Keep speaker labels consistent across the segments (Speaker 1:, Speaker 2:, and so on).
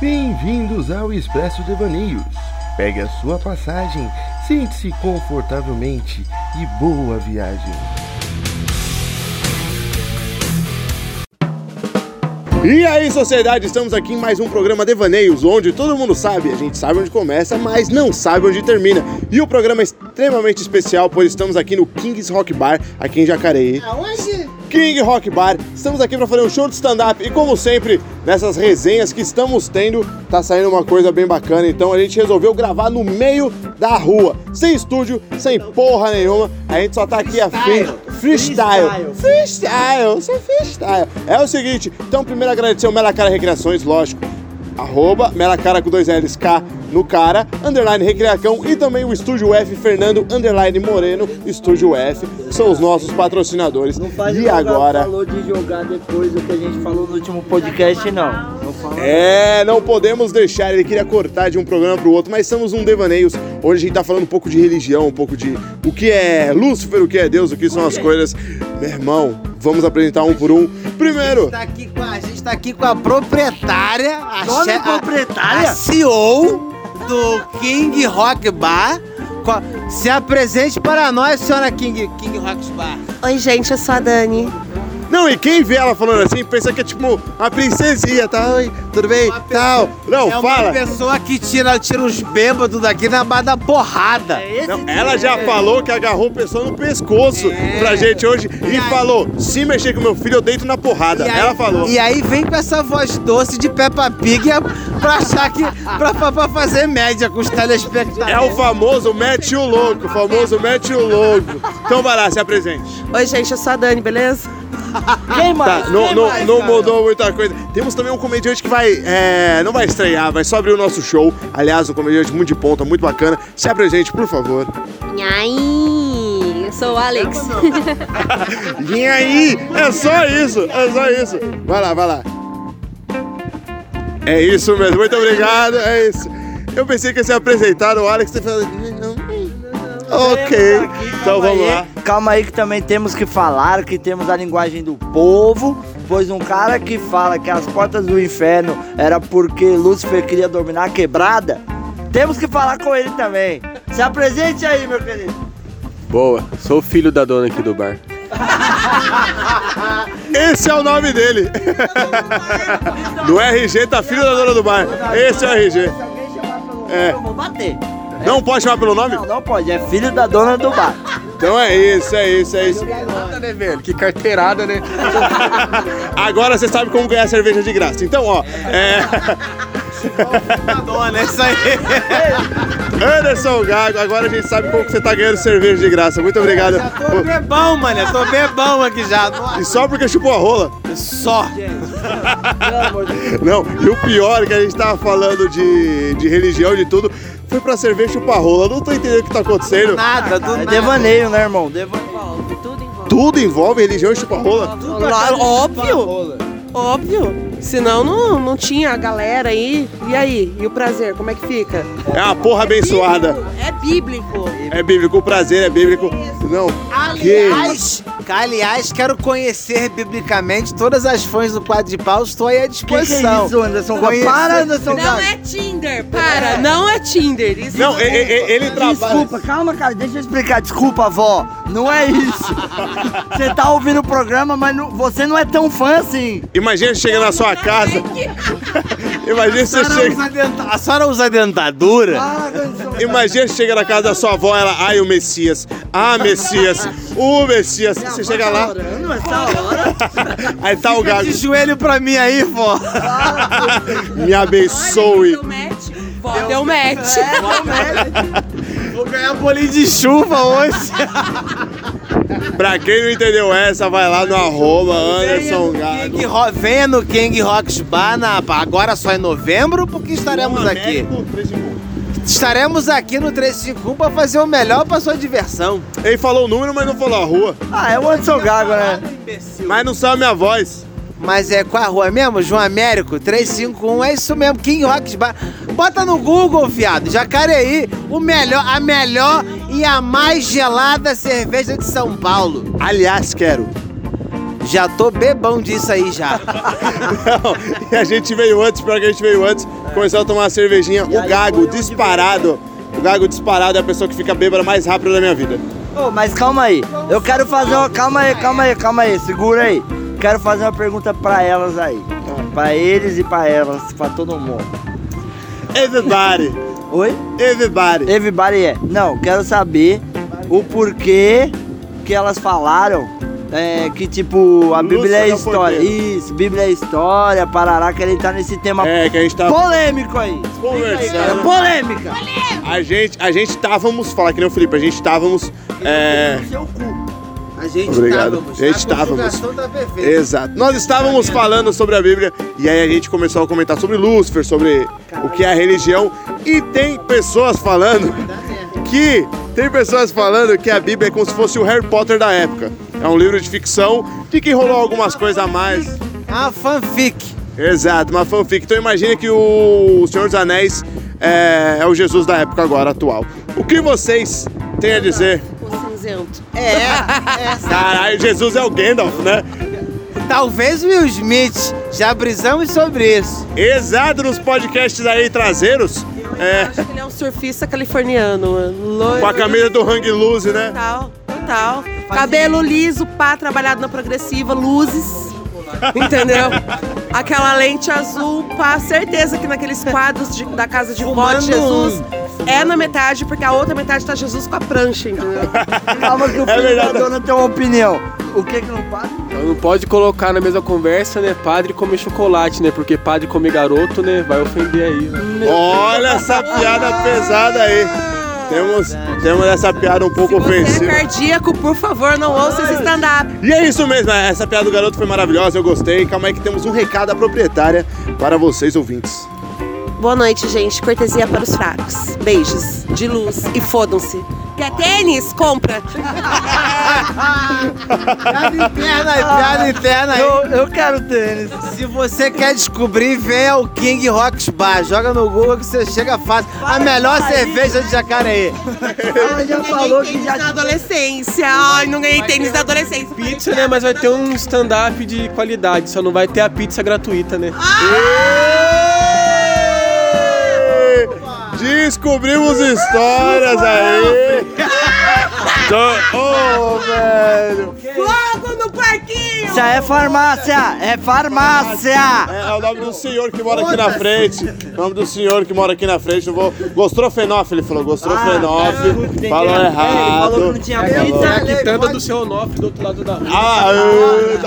Speaker 1: Bem-vindos ao Expresso Devaneios. Pegue a sua passagem, sente-se confortavelmente e boa viagem. E aí, sociedade, estamos aqui em mais um programa Devaneios, onde todo mundo sabe, a gente sabe onde começa, mas não sabe onde termina. E o programa é extremamente especial, pois estamos aqui no Kings Rock Bar, aqui em Jacareí.
Speaker 2: Aonde?
Speaker 1: King Rock Bar. Estamos aqui para fazer um show de stand-up e, como sempre, nessas resenhas que estamos tendo, tá saindo uma coisa bem bacana. Então a gente resolveu gravar no meio da rua, sem estúdio, sem porra nenhuma. A gente só tá aqui a fim. Freestyle.
Speaker 2: Freestyle.
Speaker 1: Freestyle, só freestyle. É o seguinte, então primeiro agradecer o Melacara Recreações, lógico arroba Melacara com dois L's K no cara, underline Recreacão e também o Estúdio F, Fernando, underline Moreno, Estúdio F, que são os nossos patrocinadores.
Speaker 2: Não faz
Speaker 1: E
Speaker 2: igual o Galo
Speaker 1: agora?
Speaker 2: falou de jogar depois do que a gente falou no último podcast, não. Não fala.
Speaker 1: É, não podemos deixar, ele queria cortar de um programa pro outro, mas estamos num Devaneios, onde a gente tá falando um pouco de religião, um pouco de o que é Lúcifer, o que é Deus, o que são as coisas. Meu irmão, vamos apresentar um por um. Primeiro,
Speaker 3: Tá aqui com a, a gente tá aqui com a proprietária, a,
Speaker 2: Dona
Speaker 3: che- a-
Speaker 2: proprietária?
Speaker 3: a CEO do King Rock Bar. Co- Se apresente para nós, senhora King, King Rock Bar.
Speaker 4: Oi, gente, eu sou a Dani.
Speaker 1: Não, e quem vê ela falando assim pensa que é tipo uma princesinha, tá? Oi, tudo bem?
Speaker 3: Uma
Speaker 1: Tal. Não,
Speaker 3: é uma
Speaker 1: fala.
Speaker 3: pessoa que tira, tira os bêbados daqui na base da porrada.
Speaker 4: É
Speaker 2: esse
Speaker 1: Não, ela já falou que agarrou o pessoal no pescoço
Speaker 3: É.
Speaker 1: pra gente hoje e,
Speaker 3: E aí?
Speaker 1: falou: se mexer com meu filho, eu deito na porrada.
Speaker 3: E aí-
Speaker 1: ela falou.
Speaker 3: E aí vem com essa voz doce de Peppa Pig pra achar que. pra, pra- pra fazer média com os telespectadores.
Speaker 1: É o famoso mete o louco, o famoso mete o louco. Então vai lá, se apresente.
Speaker 4: Oi, gente, eu sou a Dani, beleza?
Speaker 2: Quem mais?
Speaker 1: Tá, não,
Speaker 2: Quem
Speaker 1: não,
Speaker 2: mais,
Speaker 1: não
Speaker 2: cara?
Speaker 1: mudou muita coisa. Temos também um comediante que vai. é, não vai estrear, vai só abrir o nosso show. Aliás, um comediante muito de ponta, muito bacana. Se apresente, por favor.
Speaker 4: Nhaim, eu sou o Alex.
Speaker 1: E aí? É só isso, é só isso. Vai lá, vai lá. É isso mesmo, muito obrigado, é isso. Eu pensei que ia ser apresentado o Alex e falou. "Não, não." Ok,
Speaker 2: Temos aqui,
Speaker 1: então
Speaker 2: calma
Speaker 1: vamos
Speaker 2: aí,
Speaker 1: lá.
Speaker 2: Calma aí que também temos que falar que temos a linguagem do povo, pois um cara que fala que as portas do inferno era porque Lúcifer queria dominar a quebrada, temos que falar com ele também. Se apresente aí, meu querido.
Speaker 5: Boa, sou o filho da dona aqui do bar.
Speaker 1: Esse é o nome dele. No RG tá filho da dona do bar. Esse é o RG.
Speaker 2: Se alguém chamar pelo nome,
Speaker 1: É.
Speaker 2: eu vou bater.
Speaker 1: Não pode chamar pelo nome?
Speaker 2: Não, não pode, é filho da dona do bar.
Speaker 1: Então é isso, é isso, é isso.
Speaker 5: né, velho? Que carteirada, né?
Speaker 1: Agora você sabe como ganhar cerveja de graça. Então, ó. É...
Speaker 3: Dona, é isso aí.
Speaker 1: Anderson Gago, agora a gente sabe como que você tá ganhando cerveja de graça. Muito obrigado.
Speaker 3: Já tô bebão, mano. Eu tô bebão aqui já.
Speaker 1: E só porque chupou a rola.
Speaker 3: Só.
Speaker 2: Pelo amor de Deus.
Speaker 1: Não, e o pior é que a gente tava falando de, de religião, de tudo, foi pra cerveja chupar rola. Não tô entendendo o que tá acontecendo.
Speaker 3: Nada, do
Speaker 2: É
Speaker 3: nada.
Speaker 2: devaneio, né, irmão? Devaneio.
Speaker 1: Tudo envolve religião e chupa rola.
Speaker 4: Claro, Tá, óbvio, óbvio. Senão não, não tinha a galera aí. E aí? E o prazer, como é que fica?
Speaker 1: É uma porra abençoada.
Speaker 4: Bíblico, É bíblico.
Speaker 1: É bíblico, o prazer é bíblico. Não. Que...
Speaker 3: Aliás, que- aliás, quero conhecer biblicamente todas as fãs do quadro de pau. Estou aí à
Speaker 2: Que que é
Speaker 3: disposição.
Speaker 2: isso, Anderson?
Speaker 3: Conhecer-
Speaker 2: Para, Anderson.
Speaker 4: Não
Speaker 2: Gago.
Speaker 4: é Tinder, para, não é Tinder. Isso
Speaker 1: Não, e- e- e- ele trabalha.
Speaker 2: Desculpa, calma, cara, deixa eu explicar. Desculpa, avó. Não é isso. Você tá ouvindo o programa, mas não- você não é tão fã assim.
Speaker 1: Imagina chegando na sua casa. Imagina
Speaker 3: A
Speaker 1: você
Speaker 3: senhora
Speaker 1: chega.
Speaker 3: usa denta- A senhora usa dentadura?
Speaker 2: Para, Anderson.
Speaker 1: Imagina chega na casa da sua avó, ela, ai o Messias, ah Messias, o Messias. Você chega lá,
Speaker 2: Não, essa hora.
Speaker 1: aí tá o
Speaker 3: Fica
Speaker 1: gago,
Speaker 3: de joelho pra mim aí, vó.
Speaker 1: me abençoe.
Speaker 4: Deu match, É. vó, deu match.
Speaker 1: É.
Speaker 3: Vou ganhar bolinho de chuva hoje.
Speaker 1: Pra quem não entendeu essa, vai lá no arroba Anderson Gago.
Speaker 3: King Ro- Venha no King Rocks Bar na- agora só em novembro, porque estaremos aqui. Estaremos aqui no 351 pra fazer o melhor pra sua diversão.
Speaker 1: Ele falou o número, mas não falou a rua.
Speaker 2: Ah, é o Anderson Gago, né?
Speaker 1: Mas não sabe a minha voz.
Speaker 3: Mas é qual a rua mesmo? João Américo 351, é isso mesmo, King Rocks Bar. Bota no Google, fiado. Jacareí, o melhor, a melhor e a mais gelada cerveja de São Paulo.
Speaker 1: Aliás, quero.
Speaker 3: Já tô bebão disso aí já.
Speaker 1: Não, e a gente veio antes, pior que a gente veio antes, começou a tomar uma cervejinha.
Speaker 2: E
Speaker 1: o
Speaker 2: aí
Speaker 1: Gago
Speaker 2: foi onde
Speaker 1: disparado. O Gago disparado é a pessoa que fica bêbada mais rápido da minha vida.
Speaker 2: Ô, mas calma aí. Eu quero fazer uma. Calma aí, calma aí, calma aí. Segura aí. Quero fazer uma pergunta pra elas aí. Pra eles e pra elas, pra todo mundo.
Speaker 1: Everybody!
Speaker 2: Oi?
Speaker 1: Everybody!
Speaker 2: Everybody é. Não, quero saber o porquê que elas falaram é, que, tipo, a
Speaker 1: Lúcio
Speaker 2: Bíblia é
Speaker 1: é o
Speaker 2: história.
Speaker 1: porteiro.
Speaker 2: Isso, Bíblia é história, parará, querem entrar nesse tema
Speaker 1: É, que a gente tava
Speaker 2: polêmico aí.
Speaker 1: conversando.
Speaker 2: Polêmica!
Speaker 1: A gente, a gente estávamos, falar que nem o Felipe, a gente estávamos. É,
Speaker 3: A gente
Speaker 1: Obrigado.
Speaker 3: távamos.
Speaker 1: Gente,
Speaker 3: conjugação Tá perfeita.
Speaker 1: exato. Nós estávamos falando sobre a Bíblia e aí a gente começou a comentar sobre Lúcifer, sobre o que é a religião. E tem pessoas falando que. Tem pessoas falando que a Bíblia é como se fosse o Harry Potter da época. É um livro de ficção de que rolou algumas coisas a mais.
Speaker 3: A fanfic.
Speaker 1: Exato, uma fanfic. Então imagina que o Senhor dos Anéis é, é o Jesus da época agora, atual. O que vocês têm a dizer?
Speaker 4: O cinzento.
Speaker 1: Caralho, Jesus é o Gandalf, né?
Speaker 3: Talvez Will Smith. Já brisamos sobre isso.
Speaker 1: Exato, nos podcasts aí traseiros.
Speaker 4: Eu
Speaker 1: É,
Speaker 4: acho que ele é um surfista californiano, mano. Loiro.
Speaker 1: com a camisa do Hang Loose, né?
Speaker 4: Total, total. Cabelo liso, pá, trabalhado na progressiva, luzes. Entendeu? Aquela lente azul, pá, certeza que naqueles quadros de- da casa de vó de Jesus é na metade, porque a outra metade tá Jesus com a prancha, entendeu?
Speaker 2: Calma que o
Speaker 1: É
Speaker 2: filho da
Speaker 1: verdade.
Speaker 2: dona tem uma opinião. O que que não passa?
Speaker 5: Não pode colocar na mesma conversa, né? Padre comer chocolate, né? Porque padre comer garoto, né? Vai ofender aí, né?
Speaker 1: Olha essa piada pesada aí. Temos, temos essa piada um pouco
Speaker 4: Você é
Speaker 1: ofensiva.
Speaker 4: cardíaco, por favor, não ouça esse stand-up.
Speaker 1: E é isso mesmo, essa piada do garoto foi maravilhosa, eu gostei. Calma aí que temos um recado à proprietária para vocês ouvintes.
Speaker 4: Boa noite, gente. Cortesia para os fracos. Beijos, de luz e fodam-se. Quer tênis? Compra.
Speaker 3: Piada interna, aí, piada interna aí.
Speaker 2: Eu, eu quero tênis.
Speaker 3: Se você quer descobrir, vem ao King Rocks Bar. Joga no Google que você chega fácil. A melhor cerveja de Jacareí.
Speaker 2: Ela já falou que já
Speaker 4: na adolescência. Ai, não ganhei tênis na adolescência.
Speaker 5: Pizza, né? Mas vai ter um stand-up de qualidade, só não vai ter a pizza gratuita, né?
Speaker 1: Descobrimos histórias aí. Tô- Ô, velho.
Speaker 4: Fogo no parquinho!
Speaker 2: Isso é farmácia! É farmácia!
Speaker 1: É, é o nome do senhor que mora aqui na frente. É O nome do senhor que mora aqui na frente. Eu vou... Gostrofenof, ele falou.
Speaker 2: Ah,
Speaker 1: Gostrofenof.
Speaker 2: tá,
Speaker 1: falou errado.
Speaker 2: É, Falou que não tinha
Speaker 5: É a
Speaker 2: pizza.
Speaker 5: quitanda do seu Onofre do outro lado da rua.
Speaker 1: Ah, ah,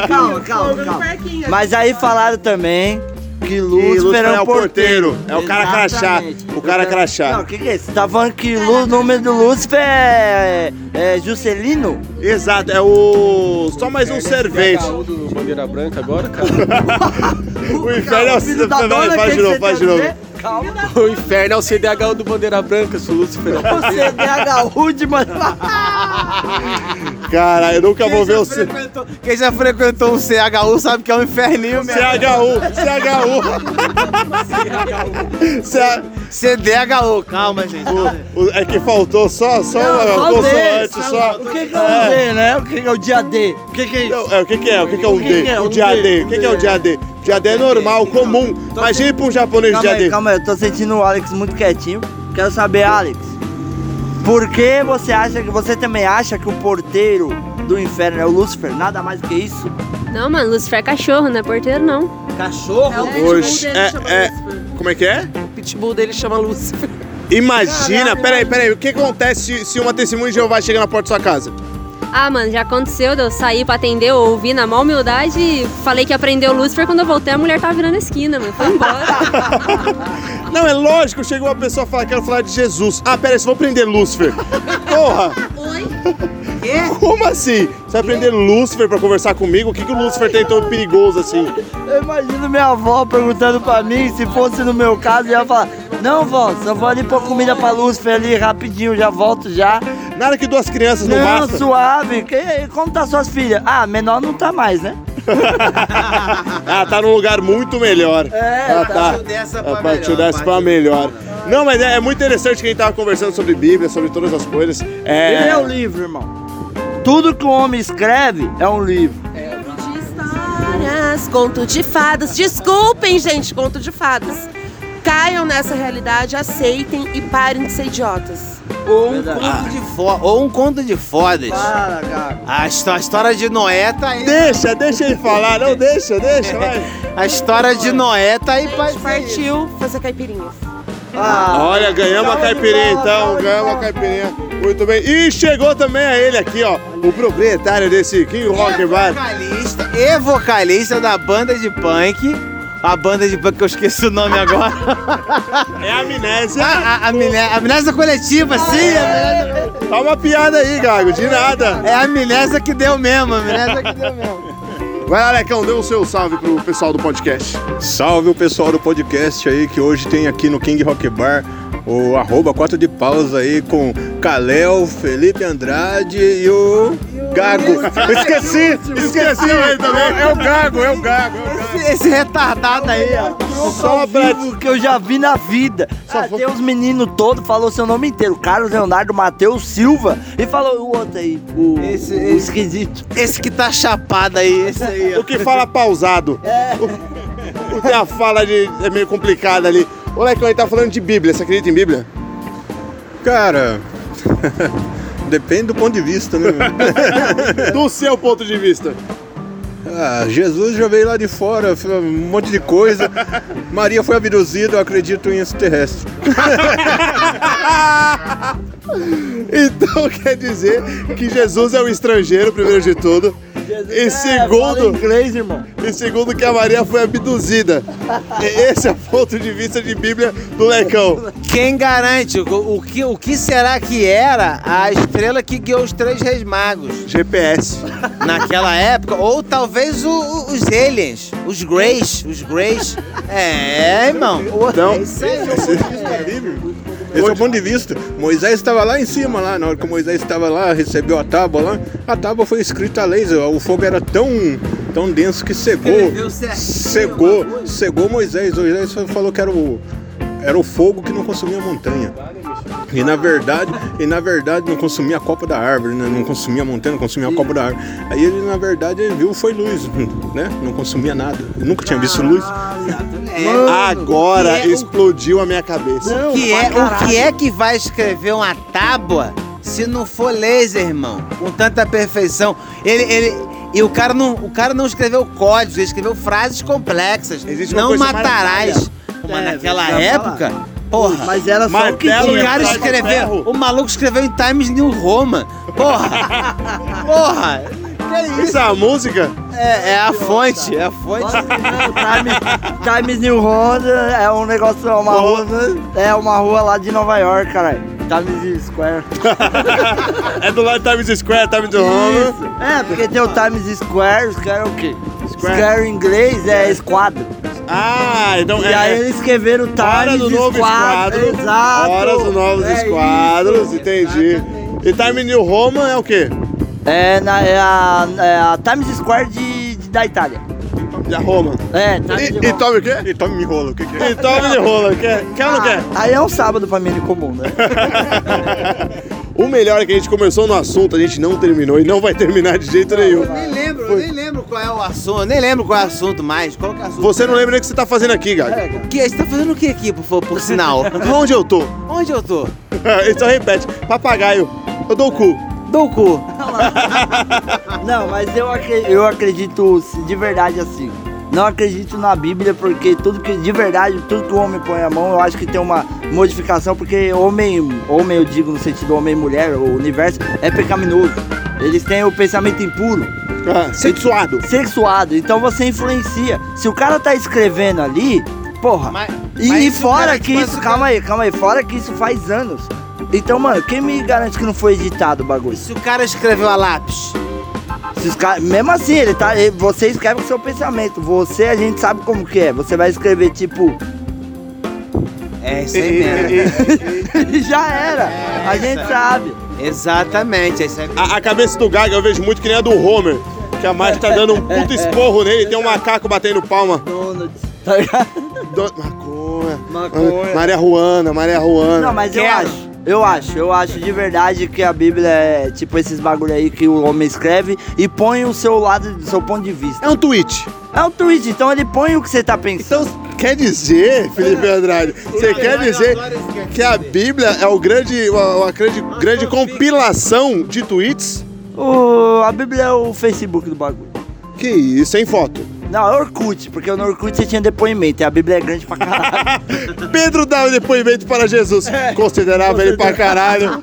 Speaker 1: tá.
Speaker 2: Calma, calma, calma. Mas aí falaram também que
Speaker 1: E
Speaker 2: Lúcio
Speaker 1: Lúcifer
Speaker 2: era
Speaker 1: é
Speaker 2: um
Speaker 1: o porteiro. É o cara crachá.
Speaker 2: Exatamente.
Speaker 1: O cara
Speaker 2: Não,
Speaker 1: crachá.
Speaker 2: o que, que é isso? Você tá falando que Lu- o nome do Lúcifer é, é Juscelino?
Speaker 1: Exato, é o. Só mais um servente.
Speaker 5: PHU do Bandeira Branca agora, cara.
Speaker 1: O inferno é o.
Speaker 2: filho da
Speaker 1: Não,
Speaker 2: dona,
Speaker 1: Faz de
Speaker 2: quem
Speaker 1: novo,
Speaker 2: você
Speaker 1: faz de
Speaker 2: quer
Speaker 1: novo.
Speaker 2: dizer? Calma,
Speaker 5: o inferno é o CDHU do Bandeira Branca, se o Lúcifer.
Speaker 2: o CDHU de mano.
Speaker 1: Cara, eu nunca vou
Speaker 2: é
Speaker 1: ver o. C-
Speaker 3: frequentou- Quem já frequentou um CHU sabe que é um inferninho mesmo.
Speaker 1: CHU, CHU. CHU.
Speaker 3: CDHU, calma, gente.
Speaker 1: O- É que faltou só, só uma
Speaker 2: Só o D,
Speaker 1: consoante, só.
Speaker 2: O que, que é o D, né? O que, que é o dia D? O que, que é isso?
Speaker 1: Não, é, o que, que é? O que, que é um
Speaker 2: O que que
Speaker 1: D?
Speaker 2: é
Speaker 1: O
Speaker 2: um
Speaker 1: dia
Speaker 2: D? Então,
Speaker 1: D. O que, que é o dia D? Dia D é normal, comum. Imagina pra um japonês
Speaker 2: Calma
Speaker 1: dia
Speaker 2: aí,
Speaker 1: D.
Speaker 2: calma aí, eu tô sentindo o Alex muito quietinho. Quero saber, Alex, por que você acha que você também acha que o porteiro do inferno é o Lúcifer? Nada mais do que isso?
Speaker 6: Não, mano, Lucifer é cachorro, não é porteiro, não.
Speaker 4: É o pitbull
Speaker 1: Hoje
Speaker 4: dele chama
Speaker 1: é, é.
Speaker 4: Lúcifer.
Speaker 1: Como é que é?
Speaker 4: O pitbull dele chama Lúcifer.
Speaker 1: Imagina, peraí, peraí, o que acontece se, se uma testemunha de Jeová chega na porta da sua casa?
Speaker 6: Ah, mano, já aconteceu de eu sair pra atender, eu ouvi na maior humildade e falei que aprendeu o Lucifer. Quando eu voltei, a mulher tava virando a esquina, mano. Foi embora.
Speaker 1: Não, é lógico, chega uma pessoa e fala, quero falar de Jesus. Ah, peraí, só vou prender Lúcifer. Porra! Oi? Como assim? Você vai prender Lúcifer pra conversar comigo? O que, que o Lúcifer tem tão perigoso assim?
Speaker 2: Eu imagino minha avó perguntando pra mim, se fosse no meu caso, ia falar: Não, vó, só vou ali pôr comida pra Lúcifer ali rapidinho, já volto já.
Speaker 1: Nada que duas crianças não,
Speaker 2: não,
Speaker 1: basta.
Speaker 2: suave. Que- Como tá suas filhas? Ah, menor não tá mais, né?
Speaker 1: Ela tá num lugar muito melhor. Ah,
Speaker 2: É,
Speaker 1: ela
Speaker 3: tá. Partiu dessa pra
Speaker 1: ela É, partiu
Speaker 3: melhor,
Speaker 1: dessa pra
Speaker 3: partiu.
Speaker 1: melhor. Não, mas é, é muito interessante que a gente tava conversando sobre Bíblia, sobre todas as coisas.
Speaker 2: E
Speaker 1: É,
Speaker 2: lê o livro, irmão. Tudo que o homem escreve é um livro.
Speaker 4: De histórias, conto de fadas. Desculpem, gente, conto de fadas. Caiam nessa realidade, aceitem e parem de ser idiotas.
Speaker 3: Ou um
Speaker 2: Verdade.
Speaker 3: conto de fo- ou um conto de fodas.
Speaker 2: Para, Gago.
Speaker 3: A, histó- a história de Noé tá aí.
Speaker 1: Deixa, deixa ele falar, não deixa, deixa, vai.
Speaker 3: A história de Noé tá aí pra
Speaker 4: Gente,
Speaker 1: é
Speaker 4: partiu fazer caipirinha.
Speaker 2: Ah,
Speaker 1: Olha, ganhamos a caipirinha então, ganhamos a caipirinha. Muito bem. E chegou também a ele aqui, ó, o proprietário desse King Rock
Speaker 3: E
Speaker 1: Bar.
Speaker 3: vocalista, e vocalista da banda de punk. A banda de punk que eu esqueci o nome agora.
Speaker 1: É amnésia.
Speaker 3: A, a, amné- amnésia coletiva, sim. a amnésia-
Speaker 1: Tá uma piada aí, Gago, de nada.
Speaker 3: É a amnésia que deu mesmo. A amnésia que deu mesmo.
Speaker 1: Vai lá, Lecão, dê o seu salve pro pessoal do podcast.
Speaker 7: Salve o pessoal do podcast aí que hoje tem aqui no King Rock Bar o arroba 4 de paus aí com Kalel, Felipe Andrade e o Gago. Esqueci, esqueci ele também. É o Gago, é o Gago. é o Gago.
Speaker 3: Esse, esse retardado aí, ó.
Speaker 2: só vivo que eu já vi na vida. Só Ah, tem os meninos todos, falou seu nome inteiro. Carlos Leonardo Matheus Silva. E falou o outro aí, o,
Speaker 3: Esse-
Speaker 2: o
Speaker 3: esse-
Speaker 2: esquisito.
Speaker 3: Esse que tá chapado aí, esse aí, ó.
Speaker 1: O que fala pausado. O, o que a fala de, é meio complicada ali. Ô, Lecão, ele tá falando de Bíblia, você acredita em Bíblia?
Speaker 7: Cara, depende do ponto de vista, né? meu?
Speaker 1: Do seu ponto de vista.
Speaker 7: Ah, Jesus já veio lá de fora, fez um monte de coisa. Maria foi abduzida, eu acredito em extraterrestre.
Speaker 1: Então quer dizer que Jesus é um estrangeiro, primeiro de tudo. E
Speaker 2: É, fala
Speaker 1: segundo,
Speaker 2: inglês, irmão.
Speaker 1: e segundo que a Maria foi abduzida. E Esse é o ponto de vista de Bíblia do Lecão.
Speaker 3: Quem garante? O, o que, o que será que era a estrela que guiou os três reis magos
Speaker 1: GPS.
Speaker 3: naquela época? Ou talvez o- o- os aliens, os Greys, os Greys. É, irmão.
Speaker 1: Não.
Speaker 3: É isso aí.
Speaker 7: Esse é o ponto de vista. Moisés estava lá em cima, lá na hora que Moisés estava lá, recebeu a tábua lá. A tábua foi escrita a laser. O fogo era tão, tão denso que
Speaker 3: Ele
Speaker 7: cegou.
Speaker 3: viu certinho o
Speaker 7: Cegou,
Speaker 3: bagulho.
Speaker 7: cegou Moisés. Moisés só falou que era o, era o fogo que não consumia a montanha. E na verdade, e na verdade não consumia a copa da árvore, né? Não consumia a montanha, não consumia a copa da árvore. Aí ele na verdade ele viu foi luz, né? Não consumia nada. Eu nunca tinha visto luz.
Speaker 3: É.
Speaker 1: Agora
Speaker 3: que é o-
Speaker 1: explodiu a minha cabeça.
Speaker 3: O que, é, o que é que vai escrever uma tábua se não for laser, irmão? Com tanta perfeição. Ele. ele e o cara, não, o cara não escreveu códigos, ele escreveu frases complexas.
Speaker 1: Existe uma
Speaker 3: não
Speaker 1: coisa mais
Speaker 3: matarás. Mas
Speaker 2: É,
Speaker 3: naquela
Speaker 2: já
Speaker 3: época,
Speaker 2: falar.
Speaker 3: porra.
Speaker 2: Mas era só o que
Speaker 1: Martelo
Speaker 3: o
Speaker 1: e
Speaker 2: tinha.
Speaker 3: cara
Speaker 1: atrás é do ferro.
Speaker 3: escreveu. O maluco escreveu em Times New Roma. Porra! porra! Que isso?
Speaker 1: Essa música
Speaker 3: É, é a fonte, é a fonte.
Speaker 2: Times, Times New Honda é um negócio, é uma rua, é uma rua lá de Nova York, caralho. Times Square.
Speaker 1: é do lado de Times Square, Times do Roma.
Speaker 2: Isso. É, porque tem o Times Square, os caras é o quê?
Speaker 1: Square.
Speaker 2: Square, em inglês é esquadro.
Speaker 1: Ah, então
Speaker 2: E aí
Speaker 1: é.
Speaker 2: eles escreveram Times
Speaker 1: Hora do novo esquadro.
Speaker 2: Exato.
Speaker 1: Hora dos novos
Speaker 2: É isso.
Speaker 1: esquadros, entendi. E Time New Roman é o quê?
Speaker 2: É, na, é, a, é a Times Square de, de- da Itália.
Speaker 1: Da Roma.
Speaker 2: É, Times
Speaker 1: E,
Speaker 2: Square.
Speaker 1: e tome o quê?
Speaker 7: E toma me rola, o que, que é?
Speaker 1: E tome de rola. Quer, quer ou não quer?
Speaker 2: Aí é um sábado pra mim de comum, né?
Speaker 1: O melhor é que a gente começou no assunto, a gente não terminou e não vai terminar de jeito nenhum.
Speaker 3: nem lembro, eu nem lembro qual é o assunto, eu nem lembro qual é o assunto mais. Qual que é o assunto?
Speaker 1: Você não lembra nem o que você tá fazendo aqui, Gago.
Speaker 3: Que, você tá fazendo o que aqui, por, favor, por sinal?
Speaker 1: Onde eu tô?
Speaker 3: Onde eu tô?
Speaker 1: Ele só Então repete. Papagaio. Eu dou o cu.
Speaker 3: Dou o cu.
Speaker 2: Não, mas eu, acre- eu acredito de verdade assim. Não acredito na Bíblia porque tudo que de verdade, tudo que o homem põe a mão, eu acho que tem uma modificação porque homem, homem eu digo no sentido homem e mulher, o universo é pecaminoso. Eles têm o pensamento impuro,
Speaker 1: Ah, sexuado.
Speaker 2: sexuado, então você influencia. Se o cara tá escrevendo ali, porra.
Speaker 3: Mas-
Speaker 2: e
Speaker 3: mas
Speaker 2: e
Speaker 3: isso,
Speaker 2: fora
Speaker 3: cara,
Speaker 2: que
Speaker 3: mas
Speaker 2: isso,
Speaker 3: o
Speaker 2: calma aí, calma aí, fora que isso faz anos. Então, mano, quem me garante que não foi editado o bagulho?
Speaker 3: Se o cara escreveu a lápis,
Speaker 2: Se os caras- mesmo assim, ele tá, ele- você escreve com o seu pensamento. Você, a gente sabe como que é. Você vai escrever tipo.
Speaker 3: é isso aí mesmo.
Speaker 2: Já era. A gente sabe.
Speaker 3: Exatamente, é isso aí.
Speaker 1: A, a cabeça do Gago eu vejo muito que nem a do Homer. Que a Marge tá dando um puto esporro nele, tem um macaco batendo palma.
Speaker 2: Donuts. Tá ligado?
Speaker 1: Do- Maconha.
Speaker 2: Maconha.
Speaker 1: Maria Ruana, Maria Ruana.
Speaker 2: Não, mas eu
Speaker 3: Quero.
Speaker 2: acho. Eu acho, eu acho de verdade que a Bíblia é tipo esses bagulho aí que o homem escreve e põe o seu lado, o seu ponto de vista.
Speaker 1: É um tweet.
Speaker 2: É um tweet, então ele põe o que você tá pensando.
Speaker 1: Então, quer dizer, Felipe Andrade, você quer dizer que a Bíblia é o grande, uma, uma grande, grande compilação de tweets?
Speaker 2: O- a Bíblia é o Facebook do bagulho.
Speaker 1: Que isso, sem foto.
Speaker 2: Não, é Orkut, porque no Orkut você tinha depoimento e a Bíblia é grande pra caralho.
Speaker 1: Pedro dá o depoimento para Jesus.
Speaker 2: É.
Speaker 1: Considerava ele pra caralho.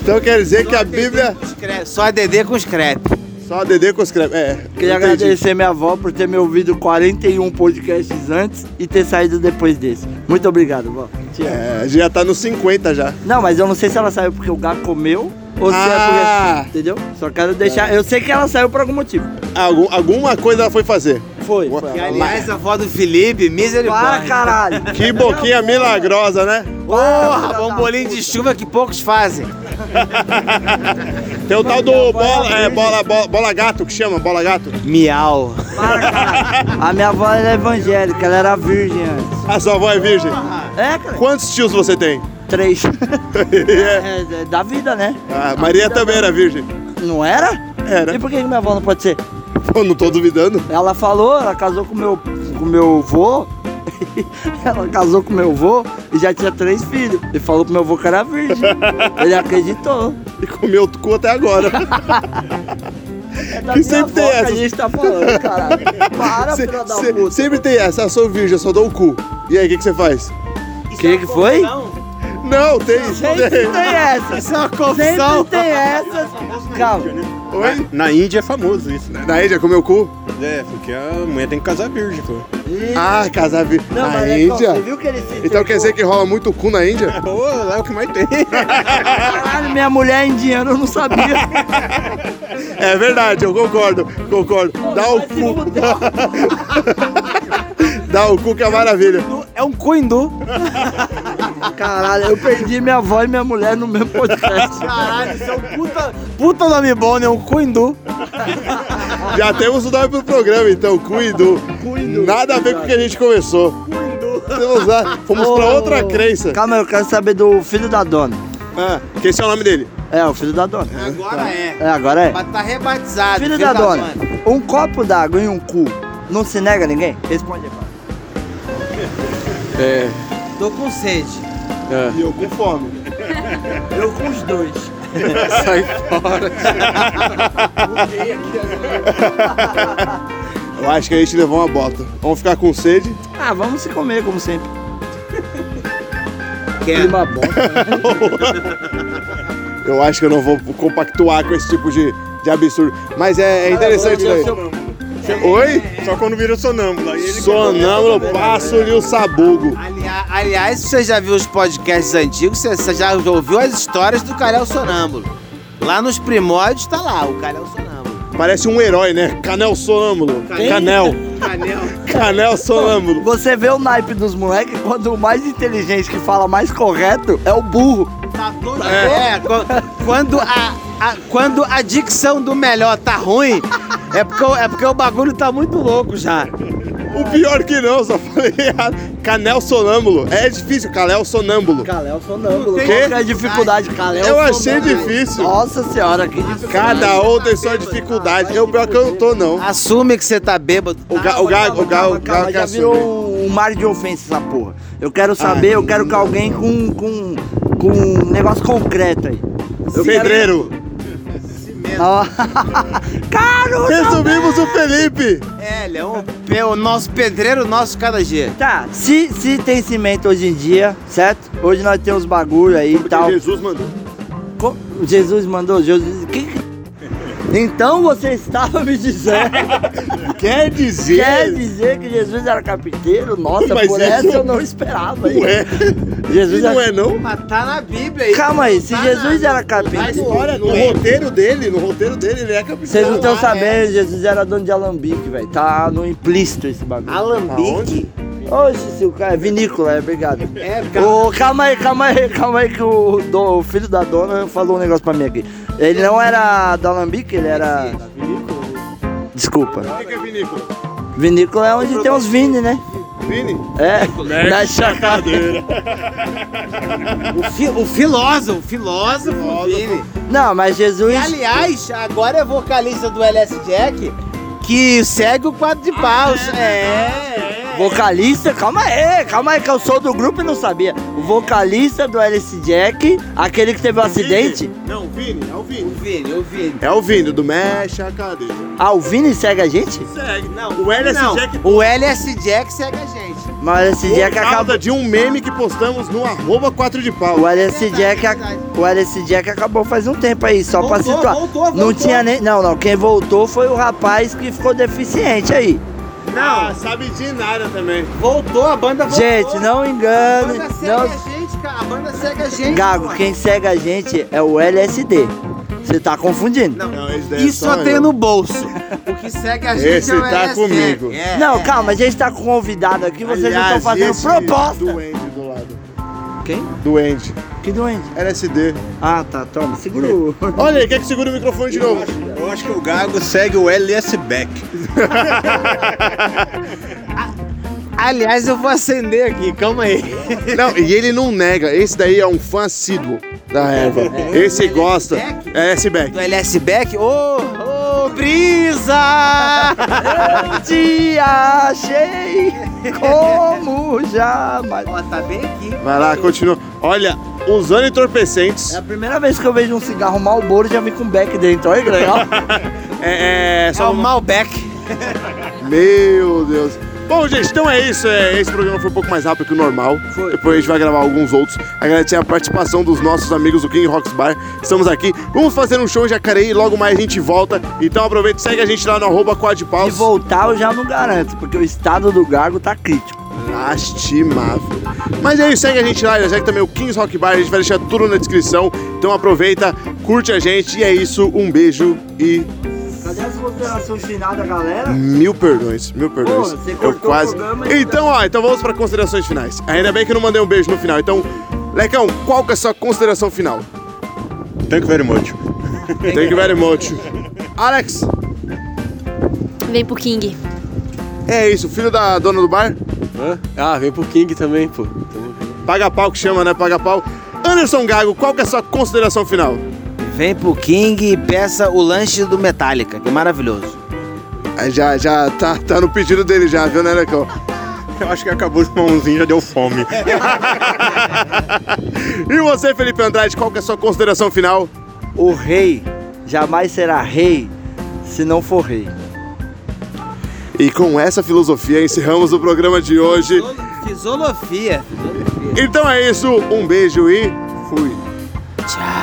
Speaker 1: então quer dizer que a Bíblia.
Speaker 3: Só DD com scrap.
Speaker 1: Só a Dedê que escreve. É.
Speaker 2: Queria
Speaker 1: entendi.
Speaker 2: agradecer minha avó por ter me ouvido 41 podcasts antes e ter saído depois desse. Muito obrigado, vó. Te amo.
Speaker 1: É, já tá nos 50 já.
Speaker 2: Não, mas eu não sei se ela saiu porque o gato comeu ou se
Speaker 1: Ah. É.
Speaker 2: é porque. Entendeu? Só quero deixar. Eu sei que ela saiu por algum motivo.
Speaker 1: Algum- alguma coisa ela foi fazer.
Speaker 2: Foi.
Speaker 1: Boa.
Speaker 2: foi
Speaker 3: E,
Speaker 2: ela.
Speaker 3: aliás, a avó do Felipe,
Speaker 2: Para,
Speaker 3: misericórdia.
Speaker 2: caralho.
Speaker 1: Que boquinha milagrosa, né?
Speaker 3: Porra, bombolinho de chuva que poucos fazem.
Speaker 1: Tem o tal do bola, é, bola, bola, bola gato que chama, bola gato.
Speaker 3: Miau.
Speaker 2: Para, caralho. A minha avó era evangélica, ela era virgem antes.
Speaker 1: A sua avó é virgem.
Speaker 2: É, cara?
Speaker 1: Quantos tios você tem?
Speaker 2: Três.
Speaker 1: É.
Speaker 2: É, é da vida, né?
Speaker 1: A Ah, Maria também era virgem.
Speaker 2: Não era?
Speaker 1: Era.
Speaker 2: E por que que minha avó não pode ser?
Speaker 1: Pô, não tô duvidando.
Speaker 2: Ela falou, ela casou com meu, com meu vô. Ela casou com meu vô e já tinha três filhos. E falou pro meu vô que era virgem. Ele acreditou.
Speaker 1: E comeu o cu até agora.
Speaker 2: É da
Speaker 1: Que
Speaker 2: minha
Speaker 1: sempre tem
Speaker 2: avó que a
Speaker 1: essas.
Speaker 2: gente tá falando, caralho. Para,
Speaker 1: Se-
Speaker 2: filha da
Speaker 1: se-
Speaker 2: puta.
Speaker 1: sempre tem essa, eu sou virgem, eu só dou o cu. E aí, o que, que você faz?
Speaker 2: Que que foi?
Speaker 1: Não, tem isso.
Speaker 2: Sempre tem essas.
Speaker 3: Isso é uma
Speaker 2: Sempre
Speaker 3: confusão.
Speaker 2: tem essas. Calma.
Speaker 1: Oi?
Speaker 7: Na Índia é famoso isso, né?
Speaker 1: Na Índia, comeu o cu?
Speaker 7: É, porque a mulher tem que casar virgem, pô.
Speaker 1: Ah, casar virgem.
Speaker 2: Não,
Speaker 1: Na
Speaker 2: mas é,
Speaker 1: Índia?
Speaker 2: Você viu que ele se
Speaker 1: Então quer dizer que rola muito cu na Índia?
Speaker 7: Pô, lá é o que mais tem.
Speaker 2: Caralho, minha mulher é indiana, eu não sabia.
Speaker 1: É verdade, eu concordo, concordo. Dá o
Speaker 2: vai se
Speaker 1: cu.
Speaker 2: fuder.
Speaker 1: Dá o cu que é maravilha.
Speaker 3: É um cu hindu.
Speaker 2: Caralho, eu perdi minha avó e minha mulher no mesmo podcast.
Speaker 3: Caralho, isso é um puta, puta nome bom, né? Um cu hindu.
Speaker 1: Já temos o nome pro programa, então, cuido. Nada a ver com o que a gente começou. Temos lá, fomos pra outra crença.
Speaker 2: Calma, eu quero saber do filho da dona.
Speaker 1: Ah, que esse é o nome dele.
Speaker 2: É, o filho da dona.
Speaker 3: Agora é.
Speaker 2: É, agora é.
Speaker 3: Mas tá rebatizado.
Speaker 2: Filho da dona, um copo d'água e um cu não se nega a ninguém? Responde agora.
Speaker 5: É,
Speaker 3: Tô com sede.
Speaker 1: E eu com fome.
Speaker 2: Eu com os dois.
Speaker 5: sai fora.
Speaker 1: Eu acho que a gente levou uma bota. Vamos ficar com sede.
Speaker 2: Ah, vamos se comer, como sempre.
Speaker 3: Quer.
Speaker 1: Eu acho que eu não vou compactuar com esse tipo de, de absurdo. Mas é, é interessante isso daí. Oi?
Speaker 7: Só quando vira sonâmbula. Aí ele
Speaker 1: Sonâmbulo, passo-lhe o sabugo.
Speaker 3: Aliás, aliás, você já viu os podcasts antigos, você, você já ouviu as histórias do Calhau Sonâmbulo. Lá nos primórdios tá lá, o Calhau Sonâmbulo.
Speaker 1: Parece um herói, né? Canel sonâmbulo. Canel.
Speaker 3: Calhau.
Speaker 1: Canel sonâmbulo.
Speaker 2: Você vê o naipe dos moleques quando o mais inteligente que fala mais correto é o burro.
Speaker 3: Tá todo... É, qu- quando a, a- quando a dicção do melhor tá ruim, é porque, o- é porque o bagulho tá muito louco já.
Speaker 1: O pior que não, só falei errado. Canel sonâmbulo. É difícil, canel sonâmbulo.
Speaker 2: Calé, o sonâmbulo.
Speaker 1: Não tem-
Speaker 2: Qual que é a dificuldade, Calé? o
Speaker 1: Eu achei
Speaker 2: sonâmbulo?
Speaker 1: difícil.
Speaker 2: Nossa senhora, que difícil.
Speaker 1: Cada um tem sua dificuldade. Eu pior que eu não tô, não.
Speaker 3: Assume que você tá bêbado.
Speaker 1: O Ga- Ah, o Gago, o Gago, o Gago Ah, que é assim.
Speaker 2: já
Speaker 1: assume.
Speaker 2: virou um mar de ofensa essa porra. Eu quero saber,
Speaker 1: é.
Speaker 2: eu quero que alguém com, com, com um negócio concreto aí. Eu quero-
Speaker 1: Pedreiro.
Speaker 2: Ó. Caro!
Speaker 1: Resumimos o Felipe.
Speaker 3: É, ele é um pe- o nosso pedreiro, nosso cada dia.
Speaker 2: Tá, se, se tem cimento hoje em dia, certo? Hoje nós temos bagulho aí e tal.
Speaker 1: Jesus mandou.
Speaker 2: Co- Jesus mandou, Jesus... Que... que- Então você estava me dizendo,
Speaker 1: Quer dizer.
Speaker 2: quer dizer que Jesus era carpinteiro? Nossa,
Speaker 1: Mas é.
Speaker 2: por
Speaker 1: isso-
Speaker 2: essa eu não esperava. hein?
Speaker 1: Ué.
Speaker 2: Jesus
Speaker 1: é. Não
Speaker 2: era
Speaker 1: é, não?
Speaker 3: Mas tá na Bíblia aí.
Speaker 2: Calma aí, se
Speaker 3: Tá
Speaker 2: Jesus
Speaker 3: na-
Speaker 2: era
Speaker 1: Mas
Speaker 2: carpinteiro.
Speaker 1: olha, no
Speaker 3: é.
Speaker 1: roteiro dele, no roteiro dele, ele é campeão.
Speaker 2: Vocês não estão
Speaker 3: Ah,
Speaker 2: sabendo, Jesus era dono de alambique, velho. Tá no implícito esse bagulho.
Speaker 3: Alambique?
Speaker 2: Oxe, se o cara. É vinícola, é, obrigado.
Speaker 3: É, cara.
Speaker 2: Ô, calma aí, calma aí, calma aí, que o, do- o filho da dona falou um negócio pra mim aqui. Ele não era do alambique, ele era. Desculpa.
Speaker 1: né? O que que é vinícola?
Speaker 2: Vinícola é onde tem os vines, né?
Speaker 1: Vini?
Speaker 2: É, na chaca-
Speaker 1: Cadeira.
Speaker 3: O, fi- o filósofo, o filósofo dele.
Speaker 2: Não, mas Jesus.
Speaker 3: E, aliás, agora é vocalista do LS Jack que segue o quadro de paus. Ah, É, é.
Speaker 2: Vocalista, calma aí, calma aí, que eu sou do grupo e não sabia. O vocalista do LS Jack, aquele que teve o acidente,
Speaker 1: Vini? Não, Vini, é o Vini.
Speaker 3: O Vini, o Vini.
Speaker 1: É o Vini, do Mexe a Cadeira.
Speaker 2: ah, o Vini segue a gente?
Speaker 1: Segue. Não, o LS
Speaker 3: Não,
Speaker 1: Jack
Speaker 3: o LS Jack segue a gente.
Speaker 2: Mas o LS
Speaker 1: por
Speaker 2: Jack
Speaker 1: causa
Speaker 2: acabou.
Speaker 1: de um meme que postamos no arroba 4 de pau.
Speaker 2: O LS Jack,
Speaker 3: Verdade, verdade.
Speaker 2: o LS Jack acabou faz um tempo aí, só pra
Speaker 3: Voltou,
Speaker 2: situar.
Speaker 3: voltou,
Speaker 2: Não
Speaker 3: voltou.
Speaker 2: tinha nem. Não, não. Quem voltou foi o rapaz que ficou deficiente aí.
Speaker 1: Não, sabe de nada também.
Speaker 3: Voltou, a banda voltou.
Speaker 2: Gente, não
Speaker 3: A
Speaker 2: engane.
Speaker 3: banda segue a
Speaker 2: Não...
Speaker 3: gente, cara. A banda segue a gente.
Speaker 2: Gago,
Speaker 3: pô.
Speaker 2: quem segue a gente é o LSD. Você tá confundindo.
Speaker 3: Não,
Speaker 1: Não, esse daí é
Speaker 3: isso
Speaker 1: só
Speaker 3: eu tenho
Speaker 1: eu.
Speaker 3: no bolso. O que segue a gente
Speaker 1: Esse
Speaker 3: é o
Speaker 1: tá
Speaker 3: LS
Speaker 1: comigo.
Speaker 3: Jack. É,
Speaker 2: Não,
Speaker 3: é.
Speaker 2: calma, a gente tá com convidado aqui, vocês não estão
Speaker 1: Aliás,
Speaker 2: fazendo
Speaker 1: esse
Speaker 2: proposta.
Speaker 1: Duende do lado.
Speaker 2: Quem?
Speaker 1: Duende.
Speaker 2: Que doente.
Speaker 1: LSD.
Speaker 2: Ah, tá, toma, segura o...
Speaker 1: Olha aí, quer que segura o microfone de novo?
Speaker 7: Eu acho que o Gago segue o LS Beck.
Speaker 3: Aliás, eu vou acender aqui, calma aí.
Speaker 1: Não, e ele não nega. Esse daí é um fã assíduo da
Speaker 2: É,
Speaker 1: erva. Esse gosta.
Speaker 3: Beck?
Speaker 1: É esse Beck.
Speaker 3: Do LS Beck? Ô, ô, brisa!
Speaker 2: Eu te achei como jamais.
Speaker 3: Ó, tá bem aqui.
Speaker 1: Vai lá, continua. Olha, usando entorpecentes.
Speaker 2: É a primeira vez que eu vejo um cigarro Malboro já vem com Beck dentro, olha que legal.
Speaker 1: É, é,
Speaker 3: É
Speaker 1: só
Speaker 3: o
Speaker 1: uma-
Speaker 3: Malbec.
Speaker 1: Meu Deus. Bom, gente, então é isso. É, esse programa foi um pouco mais rápido que o normal.
Speaker 2: Foi.
Speaker 1: Depois a gente vai gravar alguns outros. Agradecer a participação dos nossos amigos do King Rocks Bar. Estamos aqui. Vamos fazer um show em Jacareí e logo mais a gente volta. Então aproveita e segue a gente lá no arroba
Speaker 2: E
Speaker 1: quadpaus.
Speaker 2: voltar eu já não garanto, porque o estado do Gago tá crítico.
Speaker 1: Lastimável. Mas é isso, segue a gente lá. Segue também o Kings Rock Bar. A gente vai deixar tudo na descrição. Então aproveita, curte a gente. E é isso. Um beijo e
Speaker 2: Cadê as considerações finais da galera?
Speaker 1: Mil perdões, mil perdões.
Speaker 2: Pô, você
Speaker 1: eu
Speaker 2: cortou
Speaker 1: quase.
Speaker 2: o programa e-
Speaker 1: Então, ó, então vamos para considerações finais. Ainda bem que eu não mandei um beijo no final. Então, Lecão, qual que é a sua consideração final?
Speaker 7: Thank you very much.
Speaker 1: Thank you very much. Alex,
Speaker 6: Vem pro King.
Speaker 1: é isso, filho da dona do bar?
Speaker 5: Hã? Ah, vem pro King também, pô. Tamo junto.
Speaker 1: Paga pau que chama, né? Paga pau. Anderson Gago, qual que é a sua consideração final?
Speaker 3: Vem pro King e peça o lanche do Metallica, que é maravilhoso.
Speaker 1: Ah, Já, já, tá, tá no pedido dele já, viu, né, Lecão?
Speaker 7: Eu acho que acabou de mãozinho, já deu fome.
Speaker 1: E você, Felipe Andrade, qual que é a sua consideração final?
Speaker 2: O rei jamais será rei se não for rei.
Speaker 1: E com essa filosofia, encerramos o programa de hoje.
Speaker 3: Fisolofia.
Speaker 1: Então é isso, um beijo e fui.
Speaker 3: Tchau.